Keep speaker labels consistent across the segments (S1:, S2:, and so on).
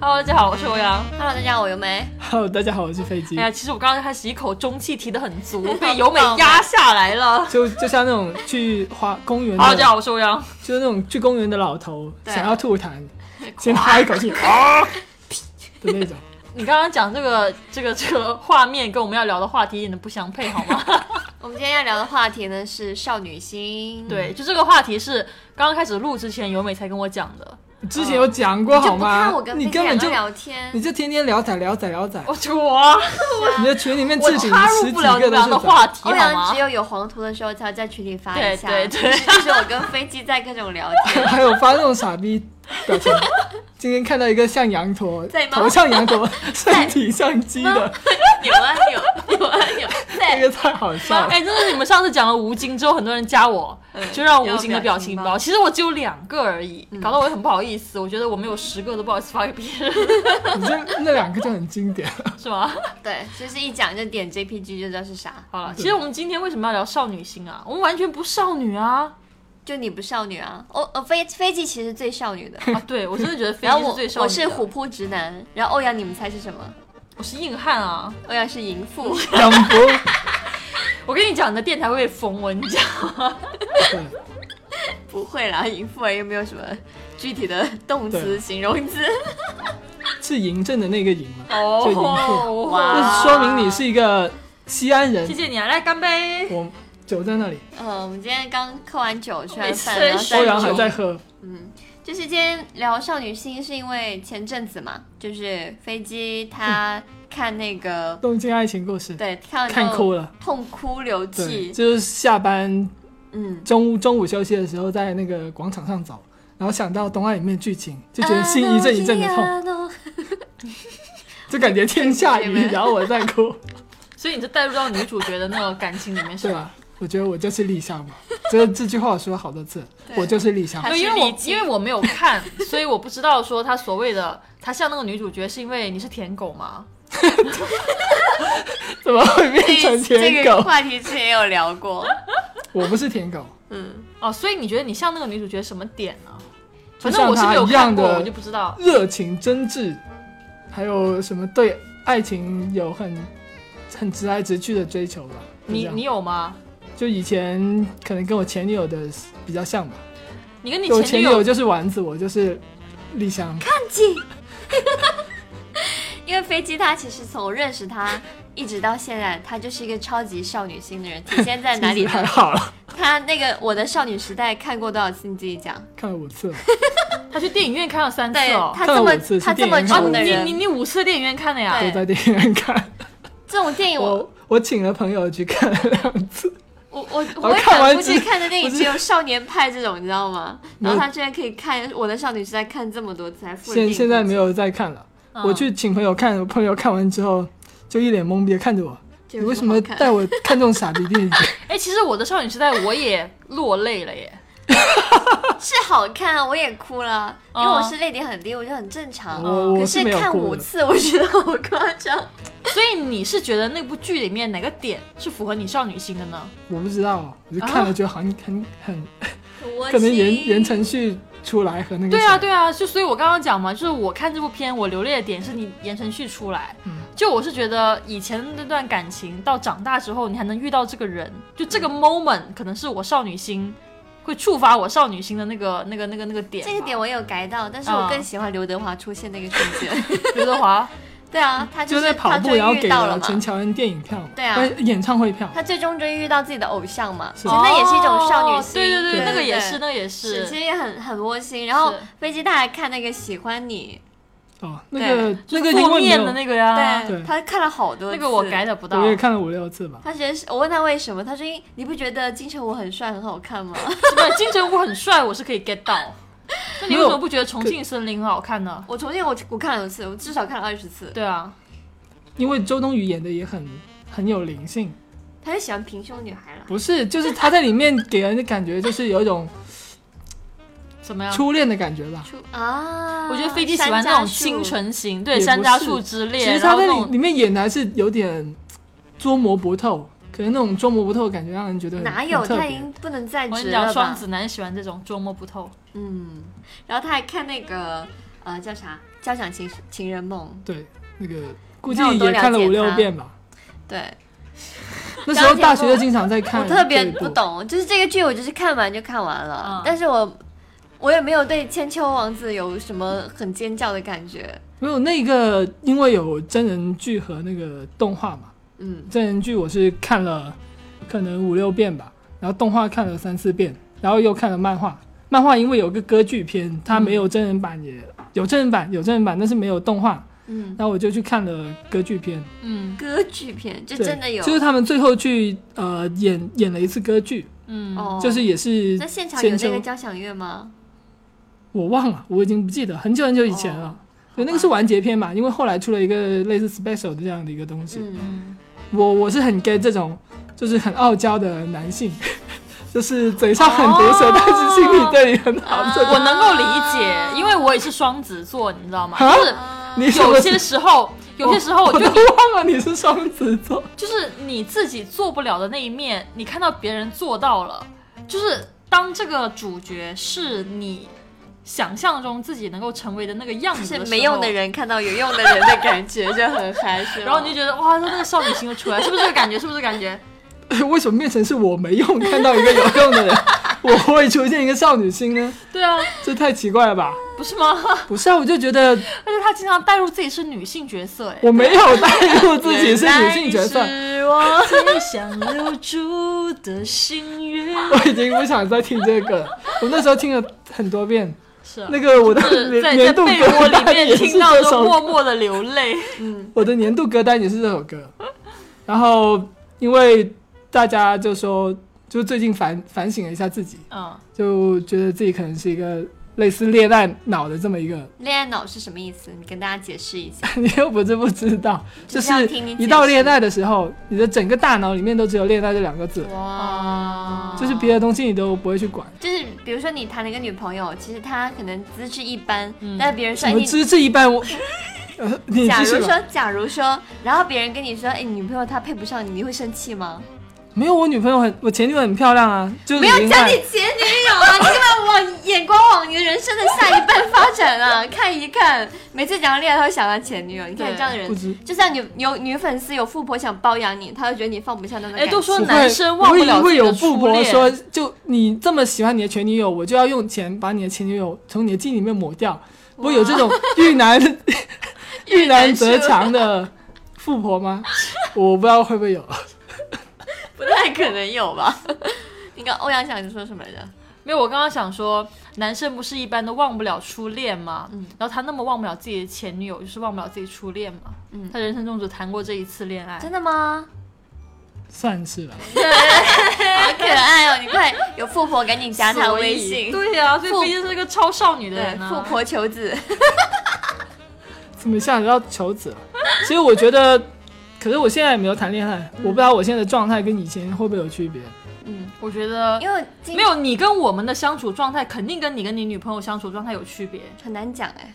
S1: Hello，大家好，我是欧阳。
S2: Hello，大家好，我尤梅。
S3: Hello，大家好，我是飞机
S1: 哎。呀，其实我刚刚开始一口中气提得很足，被由美压下来了。
S3: 就就像那种去花公园
S1: Hello，大
S3: 的，
S1: 家好，我是欧阳。
S3: 就是那种去公园的老头
S2: 对
S3: 想要吐 痰，先哈一口气啊的那种。
S1: 你刚刚讲这个这个这个画面跟我们要聊的话题一点都不相配，好吗？
S2: 我们今天要聊的话题呢是少女心。，
S1: 对，就这个话题是刚刚开始录之前由美才跟我讲的，
S3: 之前有讲过
S2: 你就
S3: 好
S2: 不看
S3: 吗
S2: 我？跟
S3: 你
S2: 飞
S3: 根
S2: 姐
S3: 本就
S2: 聊天啊
S3: 你，就天天聊仔聊仔聊仔，
S1: 我就我
S3: 你的群里面
S1: 我
S3: 置顶
S1: 插
S3: 十
S1: 入
S3: 几
S1: 不了你
S3: 个
S1: 们
S3: 都
S1: 俩
S3: 是
S1: 的
S3: 仔。
S1: 话题，好
S2: 欧阳
S1: 吗
S2: 只？有有黄图的时候才会在群里发一下。
S1: 对对对
S2: 就是我跟飞机在各种聊 天。
S3: 还有发那种傻逼表情。今天看到一个像 羊驼
S2: 在，吗
S3: 头像羊驼，身体像鸡的，
S2: 扭啊扭，扭啊 扭，
S3: 那个太好 笑了。
S1: 哎，真的是你们上次讲了吴京之后，很多人加我，就让吴京的表情
S2: 要表情
S1: 包。
S2: 包
S1: 其实我只有两个而已，搞得我也很不好意思。我觉得我没有十个都不好意思发给别人，
S3: 你这那两个就很经典。
S1: 是吗？
S2: 对，就是一讲就点 JPG 就知道是啥。
S1: 好了，其实我们今天为什么要聊少女心啊？我们完全不少女啊！
S2: 就你不少女啊？哦，呃，飞飞机其实最少女的。
S1: 啊，对我真的觉得飞
S2: 然后
S1: 机
S2: 我
S1: 是最少女
S2: 我
S1: 的
S2: 是虎，扑直男，然后欧阳你们猜是什么？
S1: 我是硬汉啊！
S2: 欧阳是淫妇，
S3: 两不，
S1: 我跟你讲，你的电台会被封我，你讲。
S3: 对
S2: 不会啦，淫妇啊又没有什么具体的动词、
S3: 对
S2: 形容词。
S3: 是嬴政的那个嬴嘛？
S1: 哦
S3: 就淫妇，
S2: 哇
S3: 就是说明你是一个西安人
S1: 谢。谢你啊！来干杯！
S3: 我酒在那里，
S2: 嗯，我们今天刚嗑完酒，吃
S1: 每
S2: 完
S1: 次
S2: 饭，然后
S1: 在
S3: 欧
S2: 再
S3: 阳还
S1: 酒
S3: 在喝。
S2: 嗯就是今天聊少女心，是因为前阵子嘛，就是飞机他看那个，
S3: 《东京爱情故事》
S2: 对，看
S3: 嗯看哭
S2: 了，
S3: 了，
S2: 痛哭流
S3: 对，
S2: 涕，
S3: 就是下班
S2: 嗯，
S3: 中午中午休息的时候，在那个广场上走，然后想到东爱里面的剧情，就
S2: 就
S3: 觉得心一阵一阵的
S2: 哎
S3: 痛，
S2: 痛。
S3: 就感觉天下
S2: 对对
S3: 雨，
S2: 对
S3: 然后我在哭，
S1: 所以你就带入到女主角的那个感情里面，是
S3: 对
S1: 吧？
S3: 吧？我觉得我就是丽莎嘛，这这句话我说了好多次，
S2: 对
S3: 我就是丽莎
S2: 还。
S1: 对，
S2: 是
S1: 因为我
S2: 历经
S1: 因为我没有看， 所以我不知道说她所谓的她像那个女主角，是因为你是舔狗吗？
S3: 怎么会变 成
S2: 哎这
S3: 舔
S2: 个
S3: 狗？
S2: 话题之前也有聊过，
S3: 我不是舔狗，
S2: 嗯，
S1: 哦，所以你觉得你像那个女主角什么点呢？
S3: 就
S1: 反正我
S3: 像
S1: 是没
S3: 她
S1: 有
S3: 一
S1: 看
S3: 样
S1: 过，我就
S3: 的
S1: 不知道。
S3: 热情真挚，还有什么对爱情有很很直来直去的追求吧。就这
S1: 你
S3: 样
S1: 你有吗？
S3: 就以前可能跟我前女友的比较像吧，
S1: 你跟你
S3: 我
S1: 前
S3: 前
S1: 女
S3: 女
S1: 友
S3: 友就是丸子，我就是丽香。
S2: 因为飞机他其实从我认识他一直到现在，他就是一个超级少女心的人，体现在哪里
S3: 其实 还
S2: 呢？
S3: 好了，
S2: 他那个我的少女时代看过多少次？你自己讲。
S3: 看了五次了，
S1: 她去电影院看了三次
S2: 对
S1: 哦。
S2: 他
S3: 看
S2: 这
S3: 了
S2: 么
S3: 五次
S2: 他
S3: 是
S2: 这
S3: 电
S2: 么
S3: 影
S1: 啊，
S3: 看
S2: 重
S3: 了
S2: 的
S1: 你你
S2: 人，
S1: 你五次电影院看的呀？
S2: 对
S3: 都在电影 院看。
S2: 这种电影我
S3: 我我请了朋友去看了 两次，
S2: 我我
S3: 我
S2: 我会
S3: 看完
S2: 反复
S3: 之
S2: 去看的电影
S3: 我嗯
S2: 只有少年派这种，你知道吗？
S3: 没
S2: 然
S3: 有
S2: 后他居然可以看《我的少女时代》看这么多次，还复
S3: 现现在没
S2: 有，
S3: 有再看了。
S1: 嗯
S3: 我去请朋友看，我朋友看完之后就一脸懵逼地看着我，
S2: 这
S3: 你
S2: 有
S3: 为
S2: 什
S3: 什么
S2: 好看
S3: 带我看这种傻逼电 影？
S1: 哎，其实我的少女时代我也落泪了耶。
S2: 是好看，啊我也哭了，因为
S1: 嗯
S2: 我是泪点很低，我觉得很正常。
S3: 我
S2: 可
S3: 我
S2: 是
S3: 没有
S2: 看
S3: 哭
S2: 五
S3: 的，
S2: 次，我觉得好夸张。
S1: 所以你是觉得那部剧里面哪个点是符合你少女心的呢？
S3: 我不知道，我就看了觉得很很很，
S2: 我
S3: 可能言
S2: 心
S3: 言承旭出来和那个
S1: 对啊，
S3: 谁
S1: 对啊，就所以我刚刚讲嘛，就是我看这部片，我流泪的点是你言承旭出来，
S3: 嗯
S1: 就我是觉得以前那段感情到长大之后，你还能遇到这个人，就这
S2: 嗯
S1: 个 moment 可能是我少女心会触发我少女心的那个那个那个那个点吧。
S2: 这个点我有改到，但是
S1: 嗯
S2: 我更喜欢刘德华出现那个瞬间。
S1: 刘德华，
S2: 对啊，他
S3: 嗯就是在跑
S2: 他
S3: 步，
S2: 终
S3: 然后
S2: 于
S3: 给
S2: 遇到了
S3: 了
S2: 嘛，
S3: 陈乔恩电影票嘛，
S2: 对啊
S3: 呃演唱会票，
S2: 他最终终于遇到自己的偶像嘛，其
S3: 是
S2: 实那也是一种少女心。
S1: 哦对对
S3: 对
S1: 那个也
S2: 哦对
S1: 是，那个也是
S2: 是，其。实也很很窝心。然后
S1: 是
S2: 飞机他还看那个喜欢你，
S3: 哦，那
S1: 啊
S3: 个那个英
S1: 负
S3: 文
S1: 面的
S3: 没
S1: 那个呀，
S2: 对
S3: 对
S2: 他看了好多
S1: 那
S2: 次。
S1: 个我改的不
S3: 有，
S1: 到
S3: 我。也看了五六次吧。
S2: 他觉得是我问他为什么，他说因你不觉得金城武很帅很好看吗？
S1: 对，金城武很帅，我是可以 get 到。那你为什么不觉得重庆森林很好看呢？
S2: 我重新我我看了五次，我至少看了二十次。
S1: 对啊，
S3: 因为周冬雨演的也很很有灵性，
S2: 他就喜欢平胸女孩 了。
S3: 不是，就是她在里面给人的感觉就是有一种
S1: 怎么样？
S3: 初恋的感觉吧。
S2: 出啊！
S1: 我觉得飞机喜欢那种清
S2: 清纯。
S1: 纯型，
S3: 也
S1: 对，
S3: 不是
S1: 山楂树之
S3: 其
S1: 恋，
S3: 实
S1: 然
S3: 她
S1: 后
S3: 在
S1: 那
S3: 里
S1: 种
S3: 里面演的还是有点捉摸不透，可是那种捉摸不透的感觉，让人觉得很
S2: 哪有？
S3: 很特
S2: 他已
S3: 别
S2: 经不能再
S1: 我跟
S2: 直
S1: 你讲，
S2: 了
S1: 双
S2: 吧？
S1: 子男喜欢这种捉摸不透。
S2: 嗯，然后他还看那个呃叫啥《交响情情人梦
S3: 对那个，估计
S2: 看我多
S3: 也
S2: 了
S3: 看了
S2: 解
S3: 五六
S2: 他
S3: 遍吧。》，
S2: 对
S3: 那时候大学
S2: 了解
S3: 就经常在看
S2: 我
S3: 这一部，
S2: 特别不懂，就是这个剧我就是看完就看完了，
S1: 嗯
S2: 但是我我也没有对千秋王子有什么很尖叫的感觉。
S3: 没有那个，因为有真人剧和那个动画嘛。
S2: 嗯，
S3: 真人剧我是看了可能五六遍吧，然后动画看了三四遍，然后又看了漫画。漫画因为有个歌剧篇，它没有真人版也，有真人版，有真人版，但是没有动画。
S2: 嗯，
S3: 然后我就去看了歌剧篇，
S1: 嗯
S2: 歌剧片就
S3: 对
S2: 真的有，
S3: 就是他们最后去呃演演了一次歌剧，
S1: 嗯，
S2: 哦，
S3: 就是也是
S2: 那现场有那
S3: 千
S2: 个
S3: 秋
S2: 交响乐吗？
S3: 我忘了，我已经不记得很久很久以前
S1: 哦
S3: 了。对，那个是完结篇嘛，因为后来出了一个类似 special 的这样的一个东西。
S2: 嗯，
S1: 嗯，
S3: 我我是很 gay 这种，就是很傲娇的男性， 就是嘴上很毒舌，
S1: 哦
S3: 但是心里对你很好。这
S1: 我能够理解，因为我也是双子座，你知道吗？
S3: 啊
S1: 就是
S3: 你什
S1: 有
S3: 么
S1: 些时候，有些时候
S3: 我
S1: 就
S3: 都忘了你是双子座，
S1: 就是你自己做不了的那一面，你看到别人做到了，就是当这个主角是你想象中自己能够成为的那个样
S2: 就
S1: 子
S2: 是
S1: 的时候
S2: 没用的，人看到有用的人的感觉就很嗨，是吗
S1: 然后你就觉得哇，他那个少女心又出来，是不是这个感觉？是不是这个感觉？
S3: 为什么变成是我没用？看到一个有用 的人，我会出现一个少女心呢？
S1: 对啊，
S3: 这太奇怪了吧？
S1: 不是吗？
S3: 不是啊，我就觉得
S1: 而且他经常带入自己是女性角色，哎，
S3: 我没有带入自己是女性角色
S2: 原来，是我
S1: 最想留住的心愿。
S3: 我已经不想再听这个了。我那时候听了很多遍，
S1: 是啊，
S3: 那个我的
S1: 就是在在
S3: 年年度
S1: 被窝
S3: 歌
S1: 里
S3: 单也
S1: 面
S3: 是
S1: 听到
S3: 这
S1: 都
S3: 首歌
S1: 默默的流泪。
S3: 我的年度歌单也是这首歌。然后因为大家就说，就最近反反省了一下自己，
S1: 嗯，
S3: 就觉得自己可能是一个类似恋爱脑的这么一个，
S2: 恋爱脑是什么意思？你跟大家解释一下。
S3: 你又不是不知道，就
S2: 要
S3: 是
S2: 听你解释
S3: 一到恋爱的时候，你的整个大脑里面都只有恋爱这两个字，
S2: 哇，
S3: 就是
S1: 哦
S3: 别的东西你都不会去管。
S2: 就是比如说你谈了一个女朋友，其实她可能资质一般，
S1: 嗯
S2: 但别人说
S3: 什
S2: 哎
S3: 么
S2: 你，
S3: 资质一般，我， 呃， 你
S2: 假
S3: 继续
S2: 如
S3: 吧。
S2: 说假如说，然后别人跟你说哎你女朋友她配不上你，你会生气吗？
S3: 没有，我女朋友很，我前女友很漂亮啊，就是
S2: 没有
S3: 林
S2: 讲
S3: 黛
S2: 你前女友啊，你干嘛往眼光往你的人生的下一半发展啊？ 看一看，每次讲到恋爱，他会想到前女友。你看
S1: 对
S2: 这样的
S3: 不
S2: 人，
S3: 知。
S2: 就算有有女粉丝有富婆想包养你，他会觉得你放不下那种
S1: 哎，
S2: 感
S1: 都
S2: 觉。
S1: 说
S3: 不会
S1: 男生忘不了自
S3: 我会因为
S1: 己的
S3: 有富
S1: 初
S3: 婆
S1: 恋，
S3: 说，就你这么喜欢你的前女友，我就要用钱把你的前女友从你的记忆里面抹掉。不会有这种遇 难 遇难则强的富婆吗？我不知道会不会有。
S2: 不太可能有吧？ 你看欧阳想你说什么来着？
S1: 没有，我刚刚想说，男生不是一般都忘不了初恋吗？
S2: 嗯
S1: 然后他那么忘不了自己的前女友，就是忘不了自己初恋嘛。
S2: 嗯
S1: 他人生中只谈过这一次恋爱。
S2: 真的吗？
S3: 算是吧，
S2: 好可爱哦！你快有富婆赶紧加他微信。
S1: 对呀、所以
S2: 富
S1: 毕竟是个超少女的
S2: 对
S1: 人，啊。
S2: 富婆求子，
S3: 怎么一下子要求子了？其实我觉得，可是我现在也没有谈恋爱，我不知道我现在的状态跟以前会不会有区别。
S2: 嗯，
S1: 我觉得
S2: 因为今
S1: 没有你跟我们的相处状态，肯定跟你跟你女朋友相处状态有区别。
S2: 很难讲哎。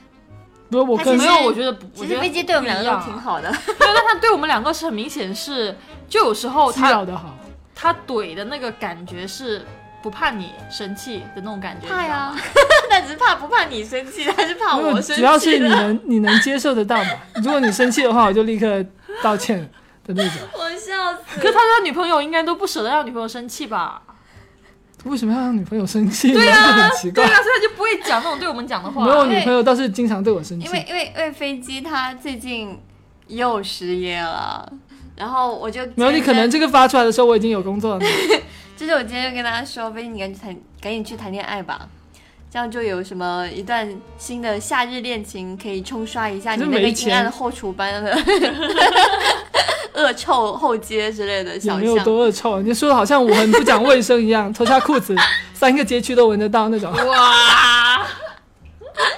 S3: 不是我
S2: 他
S3: 跟
S2: 其
S1: 没
S2: 实
S1: 有，我觉得不，
S2: 其
S1: 我
S2: 实
S1: 觉
S2: 飞
S1: 得
S2: 机对我们两个
S1: 不一样
S2: 都挺好的，
S1: 但他对我们两个是很明显是，就有时候
S3: 他
S1: 他
S3: 扰的好，
S1: 他怼的那个感觉是不怕你生气的那种感觉，
S2: 怕
S1: 你知道吗
S2: 呀，但只是怕不怕你生气，他是怕
S3: 因
S2: 我
S3: 为
S2: 生
S3: 只
S2: 气
S3: 要是你能你能接受得到嘛。如果你生气的话，我就立刻道歉的那种。
S2: 我笑死。
S1: 可是他对他女朋友应该都不舍得让女朋友生气吧？
S3: 为什么要让女朋友生气呢？对啊，很奇
S1: 对
S3: 怪。
S1: 啊，所以他就不会讲那种对我们讲的话。
S3: 没有，我
S2: 因为
S3: 女朋友倒是经常对我生气
S2: 因。为因为因为飞机他最近又失业了，然后我就
S3: 没有，你可能这个发出来的时候，我已经有工作 了呢。
S2: 就是我今天就跟他说，飞机你赶紧谈赶紧去谈恋爱吧。这样就有什么一段新的夏日恋情可以冲刷一下你
S3: 可是
S2: 那个
S3: 没
S2: 阴
S3: 钱
S2: 暗的后厨般的 恶臭后街之类的
S3: 也
S2: 小
S3: 没有
S2: 巷。
S3: 多恶臭啊，你说的好像我很不讲卫生一样，脱下裤子，三个街区都闻得到那种。
S1: 哇，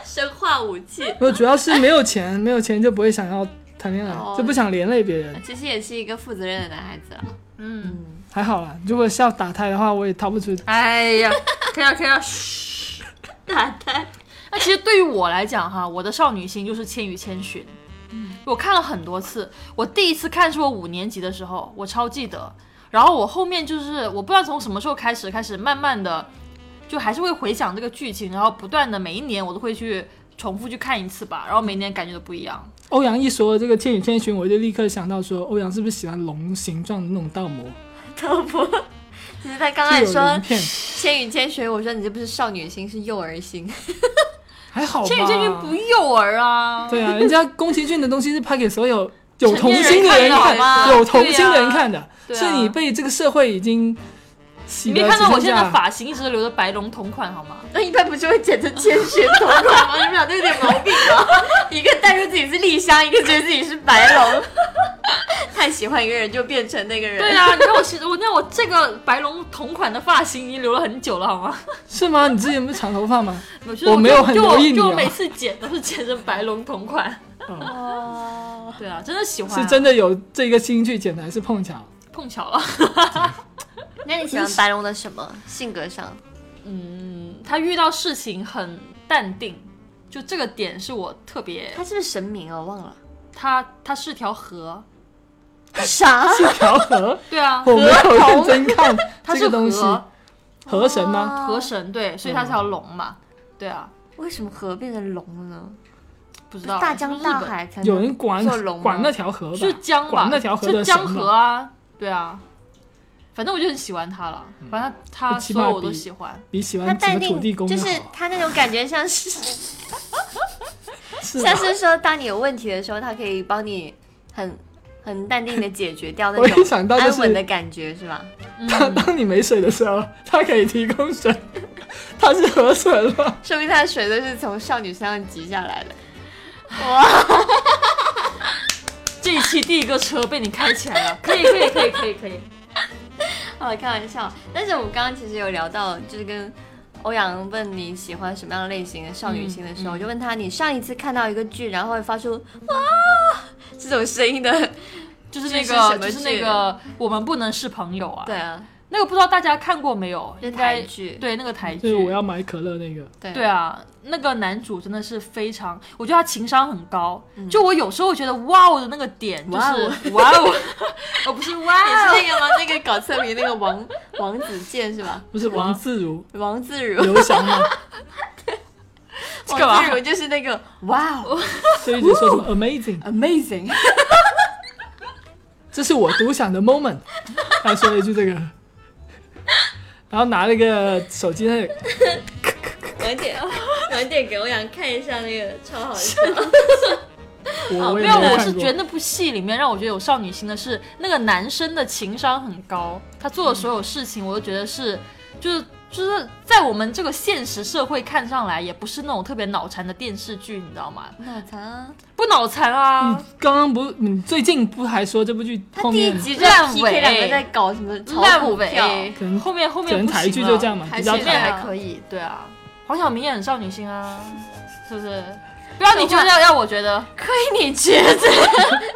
S2: 生化武器，
S3: 没有，主要是没有钱，没有钱就不会想要谈恋爱
S2: 哦，
S3: 就不想连累别人。
S2: 其实也是一个负责任的男孩子啊。
S1: 嗯，
S2: 嗯，
S3: 还好啦，如果是要打胎的话，我也掏不出。
S1: 哎 呀，可以了，可以了，嘘。
S2: 打胎。
S1: 那其实对于我来讲哈，我的少女心就是《千与千寻》。嗯我看了很多次，我第一次看是我五年级的时候，我超记得。然后我后面就是我不知道从什么时候开始，开始慢慢的就还是会回想这个剧情，然后不断的每一年我都会去重复去看一次吧，然后每年感觉都不一样。
S3: 欧阳一说这个《千与千寻》，我就立刻想到说，欧阳是不是喜欢龙形状的那种盗模？
S2: 特不， 其实他刚
S3: 就
S2: 才
S3: 有
S2: 说
S3: 鳞
S2: 《
S3: 片，
S2: 千与千寻》，我说你这不是少女心，是幼儿心。
S3: 还好吧？
S1: 千与千寻不幼儿啊，
S3: 对啊，人家宫崎骏的东西是拍给所有有童
S1: 成
S3: 心
S1: 年
S3: 的
S1: 人看
S3: 人
S1: 的好
S3: 看，
S1: 吗
S3: 有童心的人看的，
S1: 对啊
S3: 是你被这个社会已经洗
S1: 你
S3: 得
S1: 没看到我
S3: 几
S1: 现
S3: 下
S1: 在的发型一直留着白龙同款好吗？
S2: 那一般不就会剪成千寻头发吗？你们俩都有点毛病吧？ 一个带入自己是丽香，一个觉得自己是白龙。 太喜欢一个人就变成那个人。
S1: 对啊，你看我其实我那我这个白龙同款的发型已经留了很久了好 吗？
S3: 是吗？你之前不是长头发吗？
S1: 就是
S3: 我没有很
S1: 就
S3: 留意你
S1: 就
S3: 啊
S1: 我每次剪都是剪成白龙同 款。
S3: 哦，
S2: 哦，
S1: 对啊，真的喜欢啊、
S3: 是真的有这个心去剪的，还是 碰巧？
S1: 碰巧了。
S2: 那你喜欢白龙的什么性格上？
S1: 嗯，他遇到事情很淡定，就这个点是我特别。
S2: 他是不是神明哦？忘了。
S1: 他他是条河，
S2: 啥？
S3: 是条河，
S1: 对啊，
S3: 我没有认真看
S1: 他
S3: 这
S1: 是
S3: 个东西，嗯
S1: 河哦
S3: 河神吗？
S1: 河神，对，所以他是条龙嘛。对啊，
S2: 哦为什么河变成龙了呢？
S1: 不知
S2: 不
S1: 道
S2: 是大江大，海才能
S3: 有人管
S2: 做龙吗
S3: 管那条河吧？
S1: 是日本是江吧？
S3: 管那条河
S1: 是
S3: 的
S1: 江
S3: 神吧
S1: 河啊，对啊。反正我就很喜欢他了，反正他
S3: 嗯起
S1: 所
S3: 码
S1: 有我都
S3: 比
S1: 喜欢。
S3: 比喜
S2: 他
S3: 欢什
S2: 淡
S3: 么土
S2: 定
S3: 地公
S2: 就
S3: 要
S2: 是
S3: 好
S2: 他那种感觉像是，
S3: 是吧
S2: 像是说当你有问题的时候，他可以帮你很很淡定的解决掉那
S3: 我一
S2: 种
S3: 想到就是
S2: 安稳的感觉，是吧？
S1: 嗯
S3: 当当你没水的时候，他可以提供水， 他是河神吧？
S2: 说明他的水都是从少女身上挤下来的。
S1: 这一期第一个车被你开起来了，可以可以可以可以可以。
S2: 哦，开玩笑。但是我们刚刚其实有聊到，就是跟欧阳问你喜欢什么样类型的少女心的时候，
S1: 嗯嗯
S2: 我就问他你上一次看到一个剧，然后会发出哇这种声音的，
S1: 就是
S2: 这
S1: 那
S2: 是什
S1: 个，
S2: 么
S1: 就是
S2: 剧
S1: 那个，我们不能是朋友啊。
S2: 对，啊，
S1: 那个不知道大家看过没有？
S2: 就
S1: 应
S2: 台
S1: 该
S2: 剧，
S1: 对那个台
S3: 就是我
S1: 剧。
S3: 要买可乐那个，
S2: 对
S1: 对啊，那个男主真的是非常，我觉得他情商很高。就我有时候觉得哇哦的那个点，就
S2: 哇
S1: 是嗯哇 哦，我不是
S2: 你
S1: 哇哦，
S2: 是那个吗？那个搞测评那个王王子健是吧？
S3: 不是王自如、
S2: 王自如，
S3: 刘翔 吗？
S1: 这干嘛
S2: 王自如就是那个哇哦
S3: 就一直说什么 amazing，
S2: amazing，
S3: 这是我独享的 moment，他 说了一句这个，然后拿了个手机那里，
S2: 晚 点晚点给欧阳看一下那个超好 笑，
S3: 我
S2: 哦
S3: 我
S1: 没
S3: 也
S1: 有，
S3: 没有
S1: 我是
S3: 看
S1: 觉得
S3: 过，
S1: 那部戏里面让我觉得有少女心的是那个男生的情商很高，他做的
S3: 嗯
S1: 所有事情，我都觉得是，就是就是在我们这个现实社会看上来，也不是那种特别脑残的电视剧，你知道吗？
S2: 脑残啊！
S1: 不脑残啊
S3: 你，刚刚不，你最近不还说这部剧
S2: 他
S3: 后
S2: 第一
S3: 面
S2: 集就
S1: 烂
S2: PK
S1: 尾
S2: 两个在搞什么炒
S1: 烂
S2: 股票，
S1: 尾
S3: 嗯可能，
S1: 后面后
S3: 可
S1: 面
S3: 能
S1: 不行
S3: 台剧
S1: 了
S3: 就这样嘛，
S2: 还
S3: 比
S2: 是
S3: 较
S1: 前
S2: 这
S1: 面
S2: 样
S3: 台。
S1: 还可以，对啊，黄晓明也很少女心啊，是不是？不要你就是要要我觉得，
S2: 亏你觉得。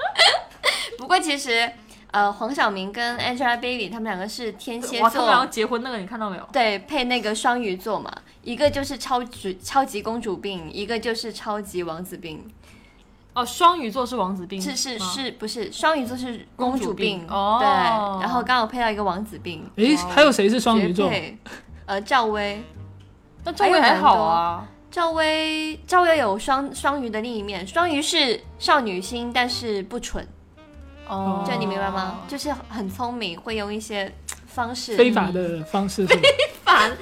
S2: 不过其实，呃，黄晓明跟 Angelababy 他们两个是天蝎
S1: 哇，他们俩要
S2: 座，
S1: 结婚那个你看到没有？
S2: 对，配那个双鱼座嘛，一个就是超级超级公主病，一个就是超级王子病，
S1: 哦，双鱼座是王子病吗，
S2: 是是是不是双鱼座是嗯啊公
S1: 公
S2: 主
S1: 主病
S2: 病
S1: 哦
S2: 对，然后刚好配到一个王子病，
S3: 诶，
S1: 哇哦
S3: 还有谁是双
S2: 绝
S3: 鱼座？
S2: 配。呃，赵薇，
S1: 那周围还好啊。
S2: 赵薇，赵薇有双双鱼的另一面，双鱼是少女心，但是不蠢。
S1: 哦
S2: 这你明白吗？就是很聪明，会用一些方式。
S3: 非法的方式是吗？
S2: 凡，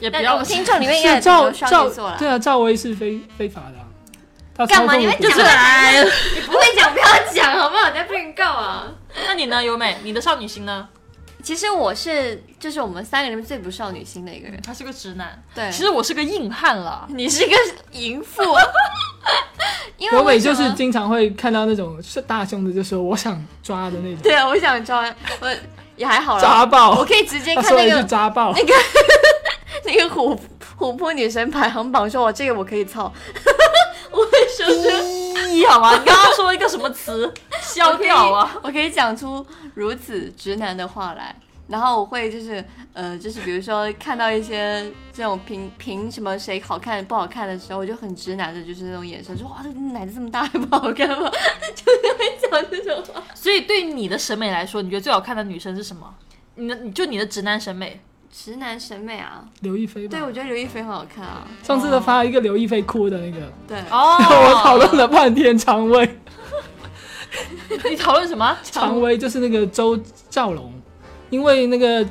S1: 也不
S2: 但我
S1: 要
S2: 听众里面应该
S3: 是
S2: 也很
S3: 赵
S2: 多双鱼座
S3: 赵
S2: 了。
S3: 对啊，赵薇是非非法的啊、他操
S2: 干嘛？
S3: 纵
S2: 你
S3: 了
S2: 们
S3: 股
S2: 讲
S3: 票
S2: 出来，你不会 讲不要讲好不好？再被人告啊！
S1: 那你呢，优美？你的少女心呢？
S2: 其实我是，就是我们三个里面最不少女心的一个人。
S1: 他是个直男。
S2: 对，
S1: 哎其实我是个硬汉了。
S2: 你是个淫 妇，因为
S3: 刘伟
S2: 为什
S3: 就
S2: 么
S3: 是经常会看到那种是大胸的，就说我想抓的那种，
S2: 对啊，我想抓，我也还好啦，
S3: 扎
S2: 我
S3: 爆。
S2: 可以直接
S3: 他
S2: 看
S3: 说了
S2: 那
S3: 一句
S2: 个
S3: 扎爆，
S2: 那个琥琥珀女神排行榜，说我这个我可以操， 我会说出
S1: 一好吗？你刚刚说一个什么 词？消掉啊！
S2: 我可以讲出如此直男的话来。然后我会就是呃，就是比如说看到一些这种评评什么谁好看不好看的时候，我就很直男的，就是那种眼神说哇，这奶子这么大还不好看吗？ 就是会讲这种话。
S1: 所以对你的审美来说，你觉得最好看的女生是什么？你的你就你的直男审美，
S2: 直男审美啊，
S3: 刘亦菲
S2: 对
S3: 吧。
S2: 我觉得刘亦菲很好看啊，
S3: 上次的发一个刘亦菲哭的那个，
S2: 对，
S1: 哦
S3: 我讨论了半天常威，
S1: 你讨论什么？
S3: 常威就是那个周兆龙，因为那个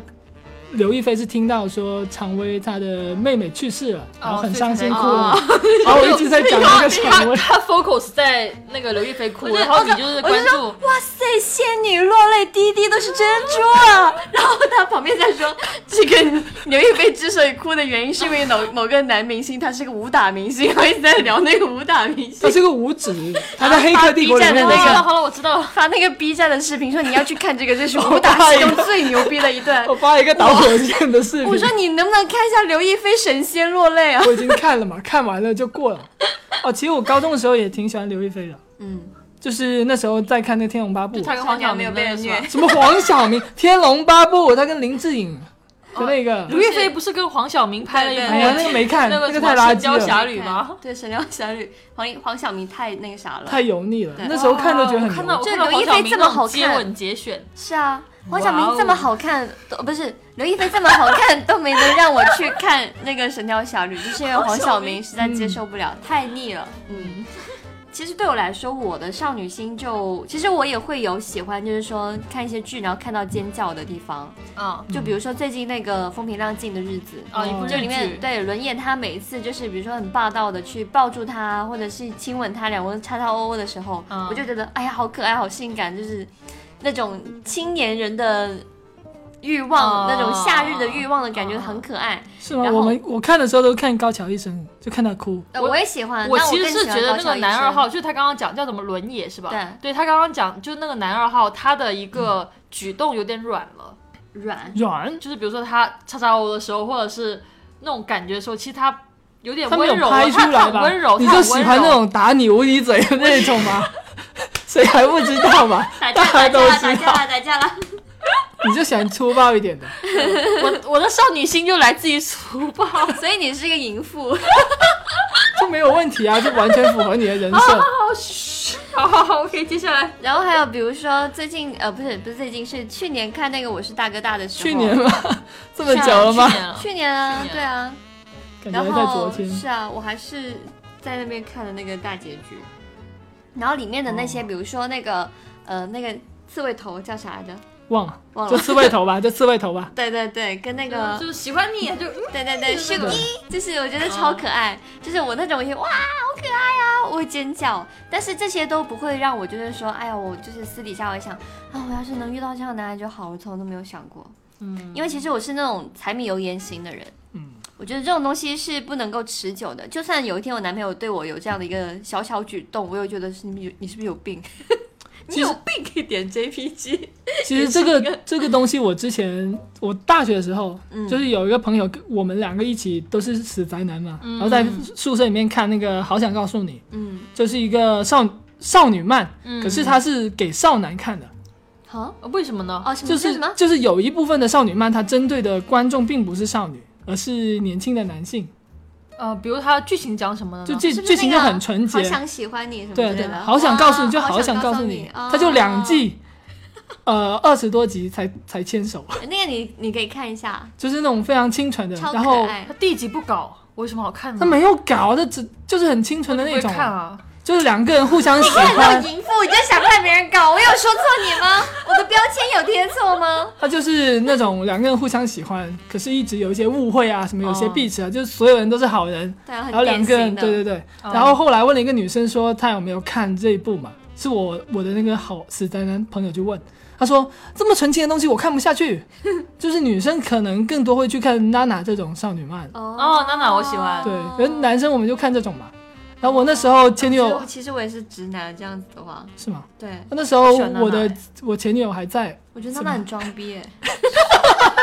S3: 刘亦菲是听到说常威她的妹妹去世了，然
S2: 哦
S3: 后很伤心哭了， 然后我一直在讲那
S1: 他
S3: 个常威，
S1: 他 focus 在那个刘亦菲哭，
S2: 哦我就
S1: 然后你哦就是关注
S2: 哇塞，仙女落泪滴滴都是珍珠啊！然后他旁边在说， 这个刘亦菲之所以哭的原因，是因为某某个男明星，他是个武打明星，我一直在聊那个武打明星
S3: 他，是个武指，
S1: 啊
S3: 他在《黑客帝国》里面
S2: 他
S3: 的
S2: 发 B
S1: 好
S2: 站
S1: 了
S3: 像，
S1: 好了，我知道了。
S2: 发那个 B 站的视频，说你要去看这个， 这是武打戏中最牛逼的一段
S3: 我。发了一个导火线的视 频，
S2: 我说你能不能看一下刘亦菲神仙落泪啊？
S3: 我已经看了嘛，看完了就过了。哦，其实我高中的时候也挺喜欢刘亦菲的，
S2: 嗯，
S3: 就是那时候在看那《天龙八部
S1: 就》，他跟黄晓明的那个是吧
S2: 善良没有被人虐
S3: 什么黄晓 明《天龙八部》，他跟林志颖的那个，
S1: 哦刘亦菲不是跟黄晓明拍了一
S2: 对
S1: 部
S2: 对
S3: 哎呀，那个没看，
S1: 那
S3: 那
S1: 个
S3: 个
S1: 什么
S3: 太垃
S1: 神雕
S3: 圾
S1: 侠
S3: 了，
S1: 侣吗？
S2: 对，《神雕侠侣》黄黄晓明太那个啥了。
S3: 太油腻了
S2: 对。
S3: 那时候看都觉得
S1: 我
S3: 很
S1: 哦看
S3: 油
S1: 到
S3: 腻
S1: 我看到黄
S2: 这刘亦
S1: 晓
S2: 菲
S1: 明
S2: 这么
S1: 那种
S2: 好
S1: 接
S2: 看
S1: 吻节选，
S2: 是啊，黄晓
S1: 哇哦
S2: 明这么好看，都不是刘亦菲这么好看都没能让我去看那个《神雕侠侣》，就是因为黄晓明实在接受不了，太腻了。
S1: 嗯，
S2: 其实对我来说，我的少女心就，其实我也会有喜欢，就是说看一些剧，然后看到尖叫的地方，
S1: 啊
S2: 就比如说最近那个风平浪静的日子。
S1: 啊，一部
S3: 哦
S1: 日
S2: 嗯这里
S1: 剧
S2: 面对轮眼，他每一次就是比如说很霸道的去抱住他，或者是亲吻他，两个人叉叉哦哦的时候，
S1: 嗯
S2: 我就觉得哎呀好可爱，好性感，就是那种青年人的欲
S1: 哦
S2: 望，那种夏日的欲望的感觉
S1: 哦
S2: 很可爱。
S3: 是吗？
S2: 然后
S3: 我们我看的时候都看高桥医生，就看他哭。
S2: 呃
S1: 我
S2: 我也喜欢，
S1: 哦我
S2: 但
S1: 其实
S2: 更
S1: 是
S2: 喜欢
S1: 觉得
S2: 高
S1: 那
S2: 桥
S1: 个
S2: 医
S1: 男
S2: 生
S1: 二号，就是他刚刚讲叫什么轮野是吧？
S2: 对
S1: 他刚刚讲就是那个男二号，他的一个举动有点软了，
S2: 软，
S3: 软，
S1: 就是比如说他叉叉我的时候，或者是那种感觉的时候，其实他有点
S3: 他没有
S1: 温柔，他
S3: 拍出来
S1: 他 很
S3: 吧
S1: 温柔，
S3: 你
S1: 他
S3: 就
S1: 很
S3: 喜
S1: 温
S3: 欢那
S1: 柔
S3: 种打你无理嘴的那种吗？ 谁还不知道嘛？
S2: 打架
S3: 大
S2: 打
S3: 家都
S2: 架了，打
S3: 知道
S2: 架。了，打架了。
S3: 你就喜欢粗暴一点的，
S1: 我我的少女心就来自于粗 暴。
S2: 所以你是个淫妇，
S3: 就没有问题啊，就完全符合你的人
S2: 哦
S3: 设。
S1: 好，嘘好好好，OK，接下来
S2: 然后还有比如说最近呃不是不是最近是去年看那个我是大哥大的时候，
S3: 去年吗？这么
S2: 是啊
S3: 久了吗
S1: 去？年了
S2: 去年啊
S1: 去年
S2: 对啊，
S3: 感
S2: 然
S3: 觉
S2: 后
S3: 在昨天。
S2: 是啊，我还是在那边看了那个大结局，然后里面的那
S3: 哦
S2: 些，比如说那个呃那个刺猬头叫啥来着？
S3: 忘了，
S2: 忘
S3: 就
S2: 了。
S3: 刺猬头吧，就刺猬头吧。
S2: 对对对，跟那
S1: 就
S2: 个
S1: 就是喜欢你，就
S2: 对对对
S1: 是啊
S2: 秀
S1: 的
S2: 一，就是我觉得超可爱，就是我那种也哇好可爱啊，我会尖叫，但是这些都不会让我就是说，哎呀，我就是私底下我也想啊，我要是能遇到这样的男人就好，我从来都没有想过，
S1: 嗯，
S2: 因为其实我是那种柴米油盐型的人。
S3: 嗯，
S2: 我觉得这种东西是不能够持久的。就算有一天我男朋友对我有这样的一个小小举动，我又觉得是你有你是不是有病？ 你
S3: 其实
S2: 有病可以点 JPG。
S3: 其实这个这个东西，我之前我大学的时候，
S2: 嗯
S3: 就是有一个朋友，我们两个一起都是死宅男嘛，然后在宿舍里面看那个《好想告诉你》，
S2: 嗯，
S3: 就是一个少少女漫，
S1: 嗯呃
S3: 可是它是给少男看的，
S2: 好
S1: 为什么呢？
S2: 哦，什么
S3: 就
S2: 叫
S3: 是
S2: 嗯什么？
S3: 就是有一部分的少女漫，它针对的观众并不是少女，而是年轻的男性，
S1: 呃，比如他剧情讲什么的呢？
S3: 就剧
S2: 哦是不是
S3: 剧情就
S2: 那个
S3: 很纯洁
S2: 好，想喜欢你什么之
S3: 对
S2: 类
S3: 对，
S2: 的。
S3: 好想告诉你，就
S2: 哇好
S3: 想
S2: 告
S3: 告
S2: 诉
S3: 诉你，
S2: 哦
S3: 它就两。季，呃，二十多集才才牵手，
S2: 那个你你可以看一下，
S3: 就是那种非常清纯的，
S2: 超
S3: 然
S2: 可
S3: 后
S2: 爱
S1: 他。哎第一集不搞，我有什么好看的？
S3: 他没有搞的，只就是很清纯的
S1: 我就不
S3: 那
S1: 会
S3: 种，
S1: 看啊，
S3: 就是两个人互相喜
S2: 看到
S3: 欢，
S2: 淫妇你就想看别人搞，我有说错你吗？我的标签有贴错吗？
S3: 他就是那种两个人互相喜欢，可是一直有一些误会啊，什么有些
S1: 哦
S3: 壁纸啊，就是所有人都是好人，
S2: 对啊，
S3: 然后
S2: 很典
S3: 两个人
S2: 型
S3: 对
S2: 的。
S3: 对对，
S1: 哦
S3: 然后后来问了一个女生说她有没有看这一部嘛，是我我的那个好死宅男朋友就问，他说这么纯情的东西我看不下去，就是女生可能更多会去看娜娜这种少女漫，
S2: 哦
S1: 哦娜娜我喜欢
S3: 对，人男生我们就看这种嘛，然后我那时候前女
S2: 其实
S3: 友
S2: 哦我其实我也哦是直男，这样子的话，
S3: 是吗？
S2: 对，
S3: 那时候
S1: 我喜欢娜娜
S3: 我的
S1: 欸
S3: 我前女友还在，
S2: 我觉得娜娜很装逼耶，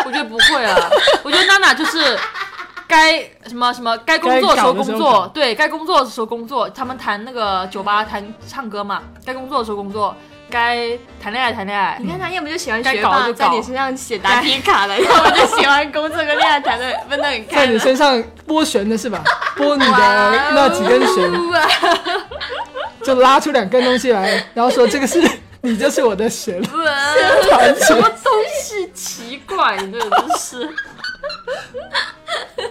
S1: 我觉得不会啊， 我觉得娜娜就是。该什么什么该工作的时候工
S3: 该搞的时候
S1: 作
S3: 搞，
S1: 对该工作的时候工作。他们谈那个酒吧谈唱歌嘛，该工作的时候工作，该谈恋爱谈恋爱
S2: 你。看他要么就喜欢
S1: 该
S2: 学
S1: 搞
S2: 霸，
S1: 就
S2: 在
S1: 搞
S2: 你身上写答题卡 了，要么就喜欢工作跟恋爱谈的分得很开
S3: 在你
S2: 了。
S3: 身上拨弦的是吧？拨你的那几根弦，
S1: 哇
S3: 就拉出两根东西 来，然后说这个是你就是我的弦，
S1: 哇
S3: 弹出
S1: 都是奇怪，你这个真是，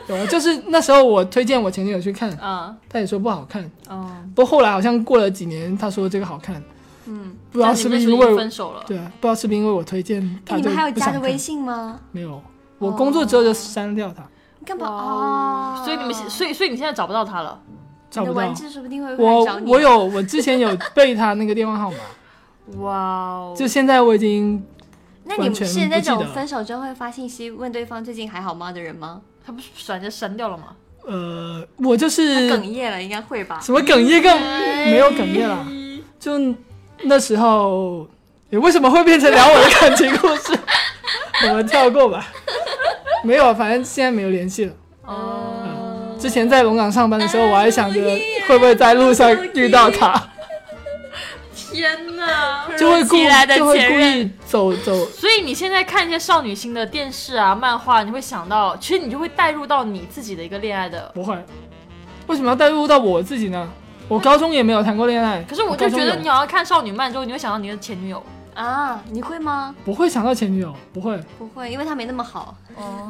S3: 有啊，就是那时候我推荐我前女友去看，
S1: 嗯
S3: 她也说不好看，
S1: 嗯，
S3: 不过后来好像过了几年，她说这个好看，
S2: 嗯，
S3: 不知道
S1: 但
S3: 是
S1: 你
S3: 不
S1: 们
S3: 是
S1: 就
S3: 因
S1: 已
S3: 为
S1: 经
S3: 我
S1: 分手了？
S3: 对啊，不知道是不是因为我推荐
S2: 哎，
S3: 她
S2: 你
S3: 就
S2: 们还有
S3: 不
S2: 加
S3: 想
S2: 着
S3: 看
S2: 微信哦吗？
S3: 没有？我工作之后就删掉她，
S2: 你干嘛
S1: 哇
S2: 啊？
S1: 所以你们现，所
S2: 以
S1: 以所以你现在找不到他了，
S3: 找
S2: 你的
S3: 不到
S2: 玩。具说不定会
S3: 我
S2: 会来找你。啊
S3: 我有我之前有背她那个电话号码，
S1: 哇哦，
S3: 就现在我已经
S2: 那你
S3: 完全
S2: 是那
S3: 不记得
S2: 种
S3: 了
S2: 分手之后会发信息问对方最近还好吗的人吗？
S1: 他不是把人家删掉了吗？
S3: 呃，我就
S2: 他
S3: 是
S2: 哽咽了，应该会吧？
S3: 什么哽咽更没有哽咽啦，就那时候，你为什么会变成聊我的感情故 事？我们跳过吧。没有，啊反正现在没有联系了。
S1: 哦，
S3: 之前在龙岗上班的时
S1: 哎
S3: 候，我还想着会不会在路上遇到他，
S1: 天 哪！
S3: 就会故
S2: 如期来的
S3: 就会
S2: 前
S3: 故
S2: 任
S3: 意走走。
S1: 所以你现在看一些少女心的电视啊、漫画，你会想到，其实你就会带入到你自己的一个恋爱的。
S3: 不会，为什么要带入到我自己呢？我高中也没有谈过恋爱，
S1: 可是我就
S3: 高中
S1: 觉得
S3: 有
S1: 你好像看少女漫之后，你会想到你的前女友。
S2: 啊，你会吗？
S3: 不会想到前女友，不会，
S2: 不会，因为他没那么好。
S1: 哦，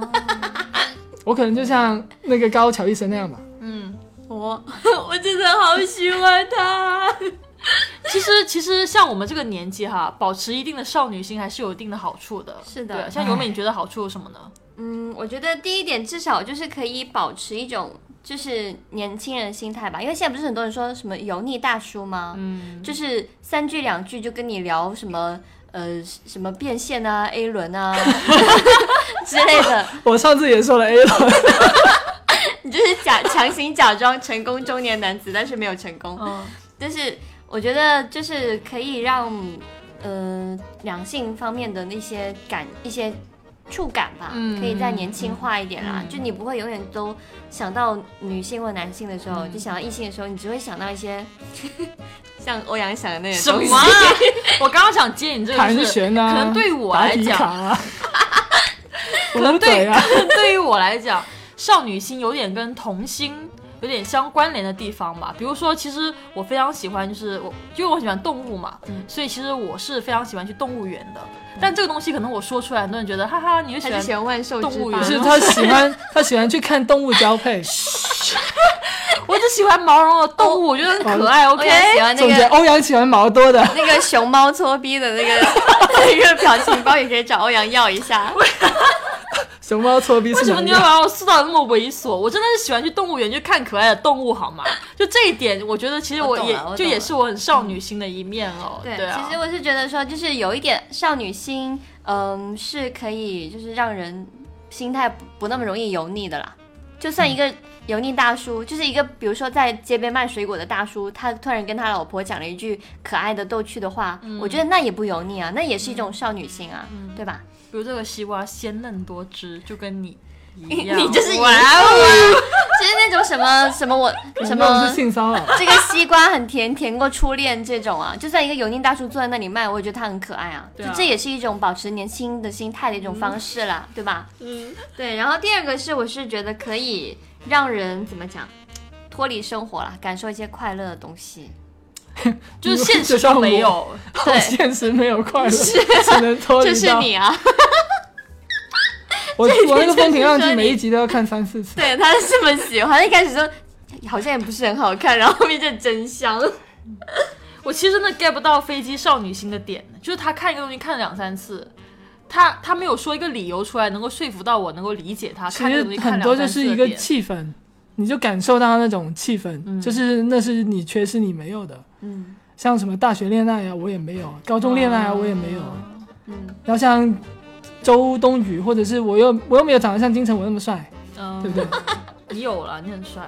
S3: 我可能就像那个高桥医生那样吧。
S1: 嗯，
S2: 我我真的好喜欢他。
S1: 其实其实像我们这个年纪哈，保持一定的少女心还是有一定的好处的。
S2: 是的
S1: 对像尤美，你觉得好处有什么呢？
S2: 嗯，我觉得第一点至少就是可以保持一种就是年轻人心态吧，因为现在不是很多人说什么油腻大叔吗？
S1: 嗯，
S2: 就是三句两句就跟你聊什么呃什么变现啊、A 轮啊 之类的，
S3: 我上次也说了哎 A 轮，
S2: 你就是假强行假装成功中年男子，但是没有成功。
S1: 嗯，
S2: 但是我觉得就是可以让呃两性方面的那些感一些触感吧，
S1: 嗯
S2: 可以再年轻化一点啦。
S1: 嗯
S2: 就你不会永远都想到女性或男性的时候，
S1: 嗯
S2: 就想到异性的时候，你只会想到一些 像欧阳想的那些
S1: 什
S2: 东西
S1: 么啊？ 我刚刚想接你这个，
S3: 盘
S1: 就是
S3: 旋啊，
S1: 可能对我
S3: 打
S1: 来
S3: 底
S1: 讲，
S3: 卡啊，我的嘴
S1: 对，
S3: 啊，
S1: 对于我来讲，少女心有点跟童心有点相关联的地方吧。比如说，其实我非常喜欢，就是我因为我很喜欢动物嘛，
S2: 嗯
S1: 所以其实我是非常喜欢去动物园的。但这个东西可能我说出来，很多人觉得哈哈，你就喜
S2: 他就
S1: 欢
S2: 喜欢万兽
S1: 动
S2: 之哦
S1: 物
S2: 吧
S1: 园
S3: 不是他喜欢他喜欢去看动物交配，
S1: 我只喜欢毛茸茸的动物，我觉得很可爱。
S2: 欧
S1: OK，
S2: 阳喜欢那
S3: 总结
S2: 个。
S3: 欧阳喜欢毛多的，
S2: 那个熊猫搓逼的那个 那个表情包也可以找欧阳要一下。
S3: 熊猫搓 鼻
S1: 为
S3: 是
S1: 什
S3: 哪
S1: 么
S3: 里
S1: 你要把我塑造的那么猥琐？我真的是喜欢去动物园去看可爱的动物，好吗？就这一点，我觉得其实
S2: 我懂
S1: 也
S2: 了我
S1: 就
S2: 懂
S1: 也
S2: 了嗯
S1: 是我很少女心的一面哦。
S2: 对，
S1: 啊，
S2: 其实我是觉得说，就是有一点少女心，嗯，是可以就是让人心态不不那么容易油腻的啦。就算一个油腻大叔，就是一个比如说在街边卖水果的大叔，他突然跟他老婆讲了一句可爱的逗趣的话，我觉得那也不油腻啊，那也是一种少女心啊，对吧？
S1: 比如这个西瓜鲜嫩多汁，就跟 你一
S2: 你
S1: 样。
S2: 你就是
S1: 哇
S2: 哇哦， 就是那种什么什么我什
S3: 那种
S2: 么
S3: 是性骚扰？
S2: 这个西瓜很甜，甜过初恋这种啊，就算一个油腻大叔坐在那里卖，我也觉得他很可爱啊。
S1: 对啊
S2: 就这也是一种保持年轻的心态的一种方式啦，对吧？
S1: 嗯，
S2: 对。然后第二个是，我是觉得可以让人怎么讲，脱离生活啦，感受一些快乐的东西。
S1: 就是现实中 没有。
S3: 好现实没有快乐，只能脱
S2: 这
S3: 离
S2: 是
S3: 到
S2: 你啊，
S3: 我我那个风平浪
S2: 这是
S3: 静，
S2: 你
S3: 每一集都要看三四次。
S2: 对，他是这么喜欢，一开始就好像也不是很好看，然后后面就真香。
S1: 我其实真的 get 不到飞机少女心的点，就是他看一个东西看两三次，他他没有说一个理由出来能够说服到我能够理解他。
S3: 其
S1: 啊看这个
S3: 实
S1: 东西看
S3: 很
S1: 两
S3: 多就
S1: 三次
S3: 是
S1: 的
S3: 一个
S1: 点嗯
S3: 气氛，你就感受到那种气氛，就是那是你缺失你没有的。
S2: 嗯
S3: 像什么大学恋爱啊，我也没有；高中恋爱啊，我也没有。
S2: 嗯，
S3: 然后像周冬雨，或者是我又我又没有长得像金城武那么帅，
S1: 嗯，
S3: 对不对？
S1: 你有了，你很帅。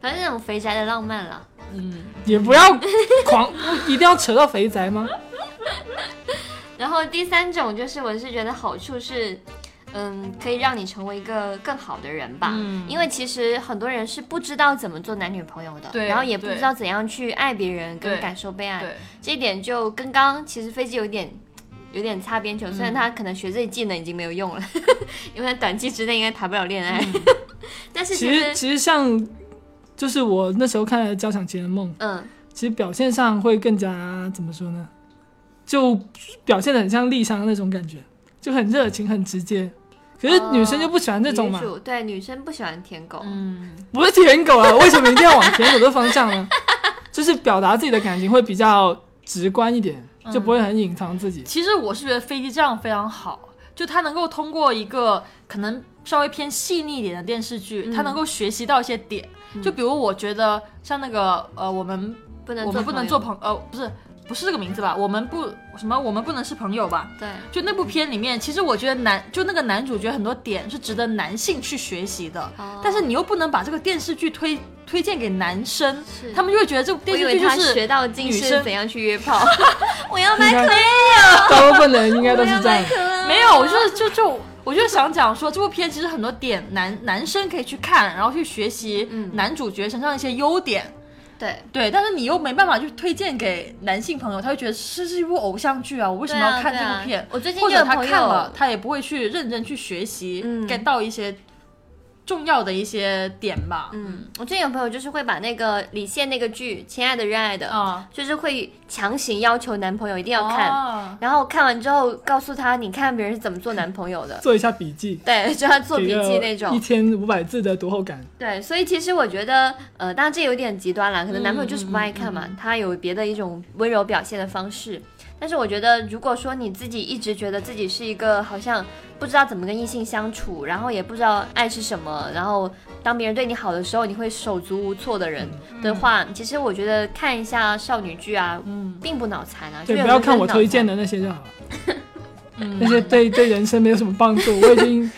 S2: 反正那种肥宅的浪漫啦。
S1: 嗯，
S3: 也不要狂，一定要扯到肥宅吗？
S2: 然后第三种就是，我是觉得好处是，嗯，可以让你成为一个更好的人吧。
S1: 嗯
S2: 因为其实很多人是不知道怎么做男女朋友的，
S1: 对
S2: 然后也不
S1: 对
S2: 知道怎样去爱别人跟
S1: 对
S2: 感受被爱，
S1: 对，
S2: 这一点就跟刚刚其实飞机有点。有点擦边
S1: 嗯
S2: 球，虽然他可能学这些技能已经没有用了， 因为他短期之内应该谈不了恋爱。
S1: 嗯
S2: 但是
S3: 其
S2: 其
S3: 实
S2: 实，
S3: 其实像，就是我那时候看了《交响情人梦》，
S2: 嗯，
S3: 其实表现上会更加怎么说呢？就表现的很像丽莎那种感觉，就很热情、很直接。可是女生就不喜欢这种嘛
S2: 女，主对女生不喜欢舔狗，
S1: 嗯，
S3: 不是舔狗啊，为什么一定要往舔狗的方向呢？就是表达自己的感情会比较直观一点，就不会很隐藏自己。
S1: 其实我是觉得飞机这样非常好，就他能够通过一个可能稍微偏细腻一点的电视
S2: 嗯
S1: 剧，他能够学习到一些点。就比如我觉得像那个呃，我们
S2: 不能
S1: 我们不能做
S2: 朋
S1: 朋呃不是不是这个名字吧？我们不什么我们不能是朋友吧？
S2: 友对，
S1: 就那部片里面，其实我觉得男就那个男主角很多点是值得男性去学习的，
S2: 哦
S1: 但是你又不能把这个电视剧推推荐给男生，
S2: 是
S1: 他们就会觉得这部
S2: 我
S1: 电
S2: 以
S1: 视
S2: 为
S1: 剧就
S2: 他
S1: 是
S2: 学到今
S1: 女
S2: 生
S1: 生
S2: 怎样去约炮， 我要
S3: 你
S2: 买
S3: 看
S2: 可
S3: 大部分人应该都
S2: 我
S3: 是
S2: 要啊
S3: 这样
S2: 买。可乐，
S1: 没有，我就是就就我就想讲说，这部片其实很多点男男生可以去看，然后去学习
S2: 嗯
S1: 男主角身上一些优点。
S2: 对。
S1: 对，但是你又没办法去推荐给男性朋友，他会觉得这是一部偶像剧啊，我为什么
S2: 对
S1: 要
S2: 啊
S1: 看
S2: 对
S1: 这
S2: 啊
S1: 部片？
S2: 我最近
S1: 或
S2: 就
S1: 者
S2: 有
S1: 他
S2: 朋
S1: 看
S2: 友
S1: 了，他也不会去认真去学习、
S2: 嗯
S1: get 到一些重要的一些点吧。
S2: 嗯，我最近有朋友就是会把那个李现那个剧《亲爱的热爱的》
S1: 啊，
S2: 就是会强行要求男朋友一定要看，
S1: 看
S2: 然后看完之后告诉他，你看别人是怎么做男朋友的，
S3: 做一下笔记，
S2: 对，就要做笔记那
S3: 一
S2: 种。
S3: 千五百字的读后感。
S2: 对，所以其实我觉得，呃，当然这有点极端了，可能男朋友就是不爱看嘛，
S1: 嗯嗯
S2: 他有别的一种温柔表现的方式。但是我觉得，如果说你自己一直觉得自己是一个好像不知道怎么跟异性相处，然后也不知道爱是什么，然后当别人对你好的时候，你会手足无措的人
S3: 嗯
S2: 的话，其实我觉得看一下少女剧啊，
S1: 嗯
S2: 并不脑残啊。就
S3: 对，
S2: 有
S3: 不要
S2: 人
S3: 看
S2: 很
S3: 我
S2: 脑
S3: 推
S2: 残
S3: 荐的那些就好了，那
S1: 嗯，
S3: 些对对人生没有什么帮助，我已经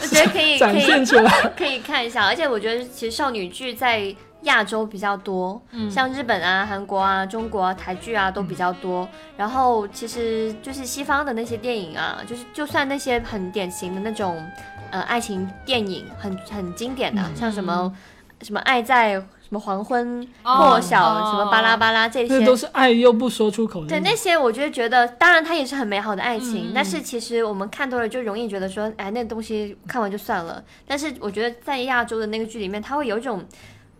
S2: 我觉得可以可
S3: 展现
S2: 以
S3: 出来。
S2: 可以看一下，而且我觉得其实少女剧在亚洲比较多，
S1: 嗯
S2: 像日本啊、韩国啊、中国啊、台剧啊都比较多。然后其实就是西方的那些电影啊，就是就算那些很典型的那种呃爱情电影，很很经典
S1: 嗯
S2: 的，像什么什么爱在什么黄昏
S1: 哦
S2: 破晓、
S1: 哦
S2: 什么巴拉巴拉这
S3: 这
S2: 些
S3: 都。是爱又不说出口的。
S2: 对那些，我就觉得，当然它也是很美好的爱
S1: 嗯
S2: 情，
S1: 嗯
S2: 但是其实我们看多了就容易觉得说，哎，那东西看完就算了。但是我觉得在亚洲的那个剧里面，它会有一种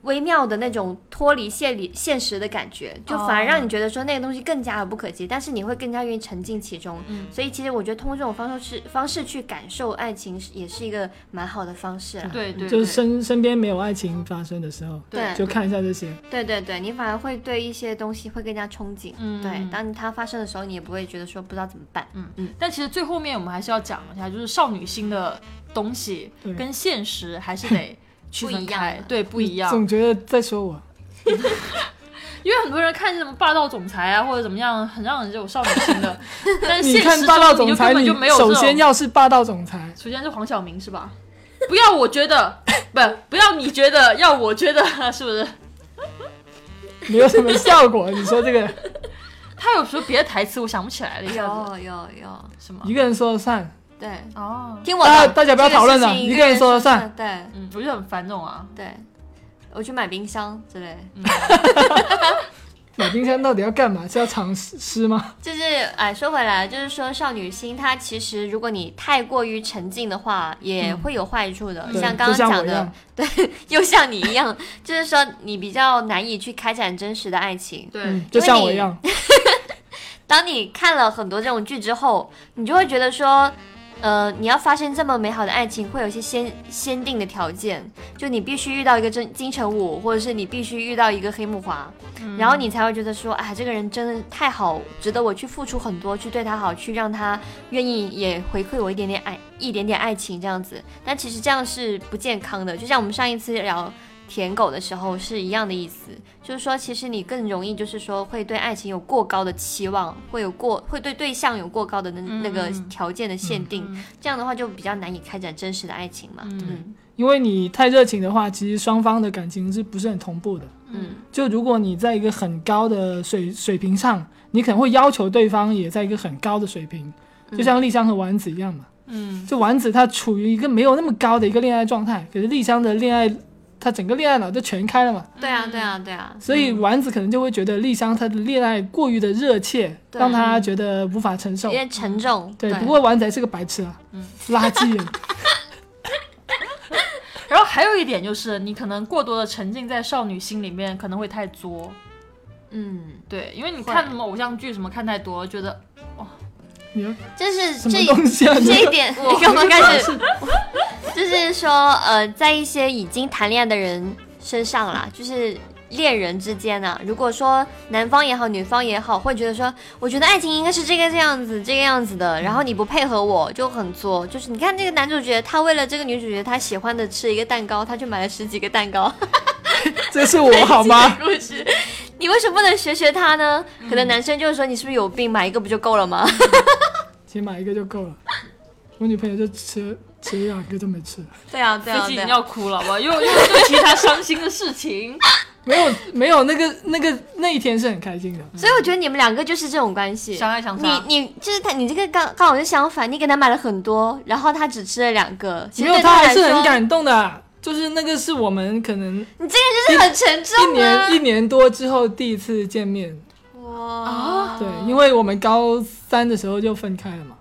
S2: 微妙的那种脱离现里现实的感觉，就反而让你觉得说那个东西更加遥不可及，但是你会更加愿意沉浸其中。
S1: 嗯
S2: 所以其实我觉得通过这种方式方式去感受爱情，也是一个蛮好的方式啊啦。
S1: 对对，
S3: 嗯就
S1: 对
S3: 是身身边没有爱情发生的时候，
S2: 对
S3: 就看一下这些。
S2: 对对对，你反而会对一些东西会更加憧憬。
S1: 嗯
S2: 对，当它发生的时候，你也不会觉得说不知道怎么办。
S1: 但其实最后面我们还是要讲一下，就是少女心的东西
S3: 对
S1: 跟现实还是 得区分
S2: 不一
S1: 开
S2: 样，
S1: 对，不一样。
S3: 嗯总觉得在说我，
S1: 因为很多人看什么霸道总裁啊，或者怎么样，很让人这种少女心 的。但是
S3: 你
S1: 现
S3: 看
S1: 实
S3: 霸道
S1: 中
S3: 总
S1: 你就
S3: 裁，
S1: 根
S3: 你
S1: 本就没有这
S3: 首
S1: 种。
S3: 先要是霸道总裁，
S1: 首先是黄晓明是吧？ 不要我觉得，不不要你觉得，要我觉得，是不是？
S3: 没有什么效果。你说这个
S1: 他有说别的台词，我想不起 来了，一下子
S3: 哦
S2: 有有有，
S1: 什么？
S3: 一个人说了算，
S2: 对，
S1: 哦，
S2: 听我
S3: 大
S2: 的，
S3: 大家不要
S2: 这个
S3: 讨论
S2: 事
S3: 了
S2: 情
S3: 一
S2: 一
S3: 个人说了
S2: 了
S3: 算。
S2: 对
S1: 嗯，我就很烦这种啊。
S2: 对，我去买冰箱之类，
S3: 买冰箱到底要干嘛？是要藏尸吗？
S2: 就是哎，说回来，就是说少女心，它其实如果你太过于沉浸的话，也会有坏处的。
S3: 嗯对
S2: 像刚
S3: 就像
S2: 刚
S3: 我
S2: 讲
S3: 一样
S2: 的，对，又像你一样，就是说你比较难以去开展真实的爱情。
S1: 对
S3: 嗯，就像我 一样，
S2: 当你看了很多这种剧之后，你就会觉得说，呃，你要发生这么美好的爱情，会有一些先先定的条件，就你必须遇到一个真金城武，或者是你必须遇到一个黑木华，然后你才会觉得说，哎，这个人真的太好，值得我去付出很多，去对他好，去让他愿意也回馈我一点点爱，一点点爱情这样子。但其实这样是不健康的，就像我们上一次聊。舔狗的时候是一样的意思，就是说，其实你更容易就是说会对爱情有过高的期望，会有过会对对象有过高的那、那个
S1: 嗯
S2: 条件的限定，
S1: 嗯
S2: 这样的话就比较难以开展真实的爱情嘛。
S1: 嗯
S3: 因为你太热情的话，其实双方的感情是不是很同步的？
S2: 嗯
S3: 就如果你在一个很高的水水平上，你可能会要求对方也在一个很高的水平，就像丽香和丸子一样嘛。
S1: 嗯
S3: 就丸子她处于一个没有那么高的一个恋爱状态，可是丽香的恋爱，她整个恋爱脑就全开了嘛，
S2: 对啊，对啊，对啊，
S3: 所以丸子可能就会觉得丽香她的恋爱过于的热切，
S2: 对嗯
S3: 让她觉得无法承受
S2: 有。点沉重。
S3: 对，不过丸子还是个白痴啊，
S2: 嗯
S3: 垃圾人。
S1: 然后还有一点就是，你可能过多的沉浸在少女心里面，可能会太作。
S2: 嗯，
S1: 对，因为你
S2: 会
S1: 看什么偶像剧什么看太多，觉得
S3: 你要
S2: 就是
S3: 什
S2: 这
S3: 么
S2: 一
S3: 东西啊？你
S2: 这一点，
S1: 我
S2: 你干嘛开始？就是说，呃，在一些已经谈恋爱的人身上啦，就是恋人之间啊，如果说男方也好，女方也好，会觉得说，我觉得爱情应该是这个这样子，这个样子的，然后你不配合我就很作。就是你看这个男主角，他为了这个女主角他喜欢的吃一个蛋糕，他去买了十几个蛋糕。
S3: 这是我好吗？ 嗯
S4: 故事，
S2: 你为什么不能学学他呢？可能男生就是说，你是不是有病？买一个不就够了 吗？
S3: 其实买一个就够了。我女朋友就吃吃一两个就没吃，
S4: 对啊对
S1: 自
S4: 啊
S1: 己已
S4: 对
S1: 经
S4: 啊，
S1: 要哭了，我又又对其他伤心的事情。
S3: 没有没有那个那个那一天是很开心的。
S2: 所以我觉得你们两个就是这种关系，
S1: 相爱相杀
S2: 你你就是他，你这个刚刚好就相反，你给他买了很多，然后他只吃了两个，其
S3: 没
S2: 实
S3: 有，
S2: 对
S3: 她
S2: 他
S3: 还
S2: 来
S3: 是很
S2: 说，
S3: 感动的。啊就是那个是我们可能
S2: 你这个就是很沉
S3: 一
S2: 重啊
S3: 年。一年多之后第一次见面，
S4: 哇，
S3: 啊对，因为我们高三的时候就分开了嘛。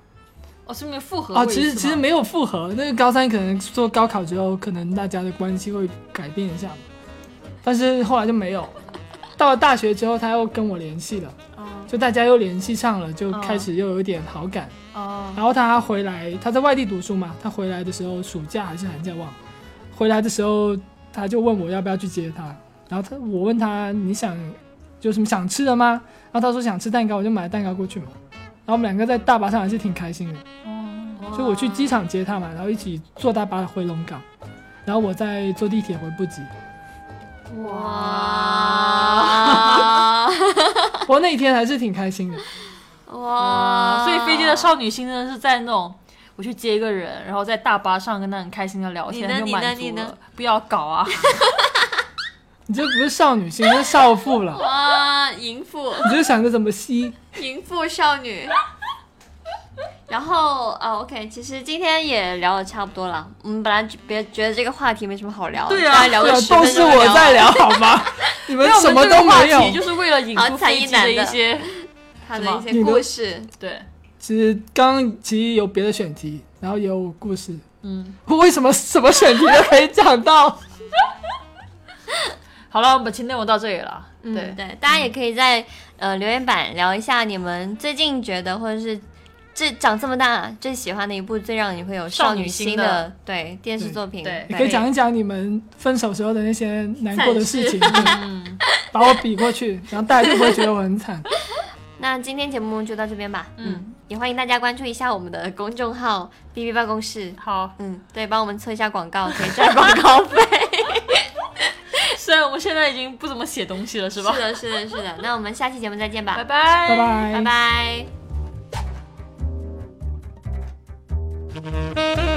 S1: 哦，是没有复合过
S3: 哦，
S1: 一
S3: 其实
S1: 次
S3: 其实
S1: 吗
S3: 没有复合，那个高三可能做高考之后，可能大家的关系会改变一下嘛，但是后来就没有。到了大学之后，他又跟我联系了，就大家又联系上了，就开始又有一点好感。
S1: 哦，
S3: 然后他回来，他在外地读书嘛，他回来的时候，暑假还是寒假忘了。回来的时候，他就问我要不要去接他。然后他我问他你想有什么想吃的吗？然后他说想吃蛋糕，我就买了蛋糕过去嘛。然后我们两个在大巴上还是挺开心的。就我去机场接他嘛，然后一起坐大巴回龙岗，然后我再坐地铁回布吉。
S2: 哇
S3: 不过那一天还是挺开心的，
S2: 哇！
S1: 所以飞机的少女心真的是在那种我去接一个人，然后在大巴上跟他很开心的聊
S4: 你
S1: 天，
S4: 呢
S1: 就
S4: 你呢
S1: 满
S4: 你
S1: 足
S4: 呢
S1: 了。不要搞啊！
S3: 你这不是少女心，这是少妇了。
S4: 哇，淫妇，
S3: 你就想着怎么吸，
S4: 淫妇少女，
S2: 然后啊、o k 其实今天也聊的差不多了，我们本来别觉得这个话题没什么好聊，
S1: 对啊
S2: 大概聊
S3: 对
S2: 个
S3: 啊
S2: 十
S3: 都
S2: 分
S3: 是
S2: 钟就
S3: 我
S2: 聊
S3: 在聊好吗？你们
S1: 因为我
S3: 什么
S1: 们这个
S3: 都
S1: 话
S3: 没
S1: 题
S3: 有。
S1: 就是为了引
S2: 好
S1: 出
S2: 惨
S1: 飞
S2: 一
S1: 机
S2: 男
S1: 的一
S2: 的
S1: 些
S4: 她
S1: 什
S4: 的
S1: 么
S4: 一些
S3: 你的
S4: 故事，
S1: 对，
S3: 其实刚刚其实有别的选题，然后也有故事。
S1: 嗯，
S3: 为什么什么选题都可以讲到？
S1: 好了，我们本期内容到这里了。
S2: 嗯，
S1: 对，
S2: 对，大家也可以在呃留言板聊一下你们最近觉得或者是这长这么大最喜欢的一部最让你会有
S1: 少
S2: 少
S1: 女
S2: 女
S1: 心
S2: 心
S1: 的
S2: 的对电视作品，
S1: 对
S3: 也可以讲一讲你们分手时候的那些难过的事情，
S1: 嗯，
S3: 把我比过去，然后大家就不会觉得我很惨。
S2: 那今天节目就到这边吧，
S1: 嗯，
S2: 也欢迎大家关注一下我们的公众号 B B 办公室。
S1: 好。
S2: 嗯，对，帮我们测一下广告，可以赚广告费。
S1: 虽然我们现在已经不怎么写东西了， 是吧？
S2: 是的，是的，是的。那我们下期节目再见吧，
S1: 拜
S3: 拜
S1: 拜。
S2: 拜
S3: 拜
S2: 拜。
S5: Thank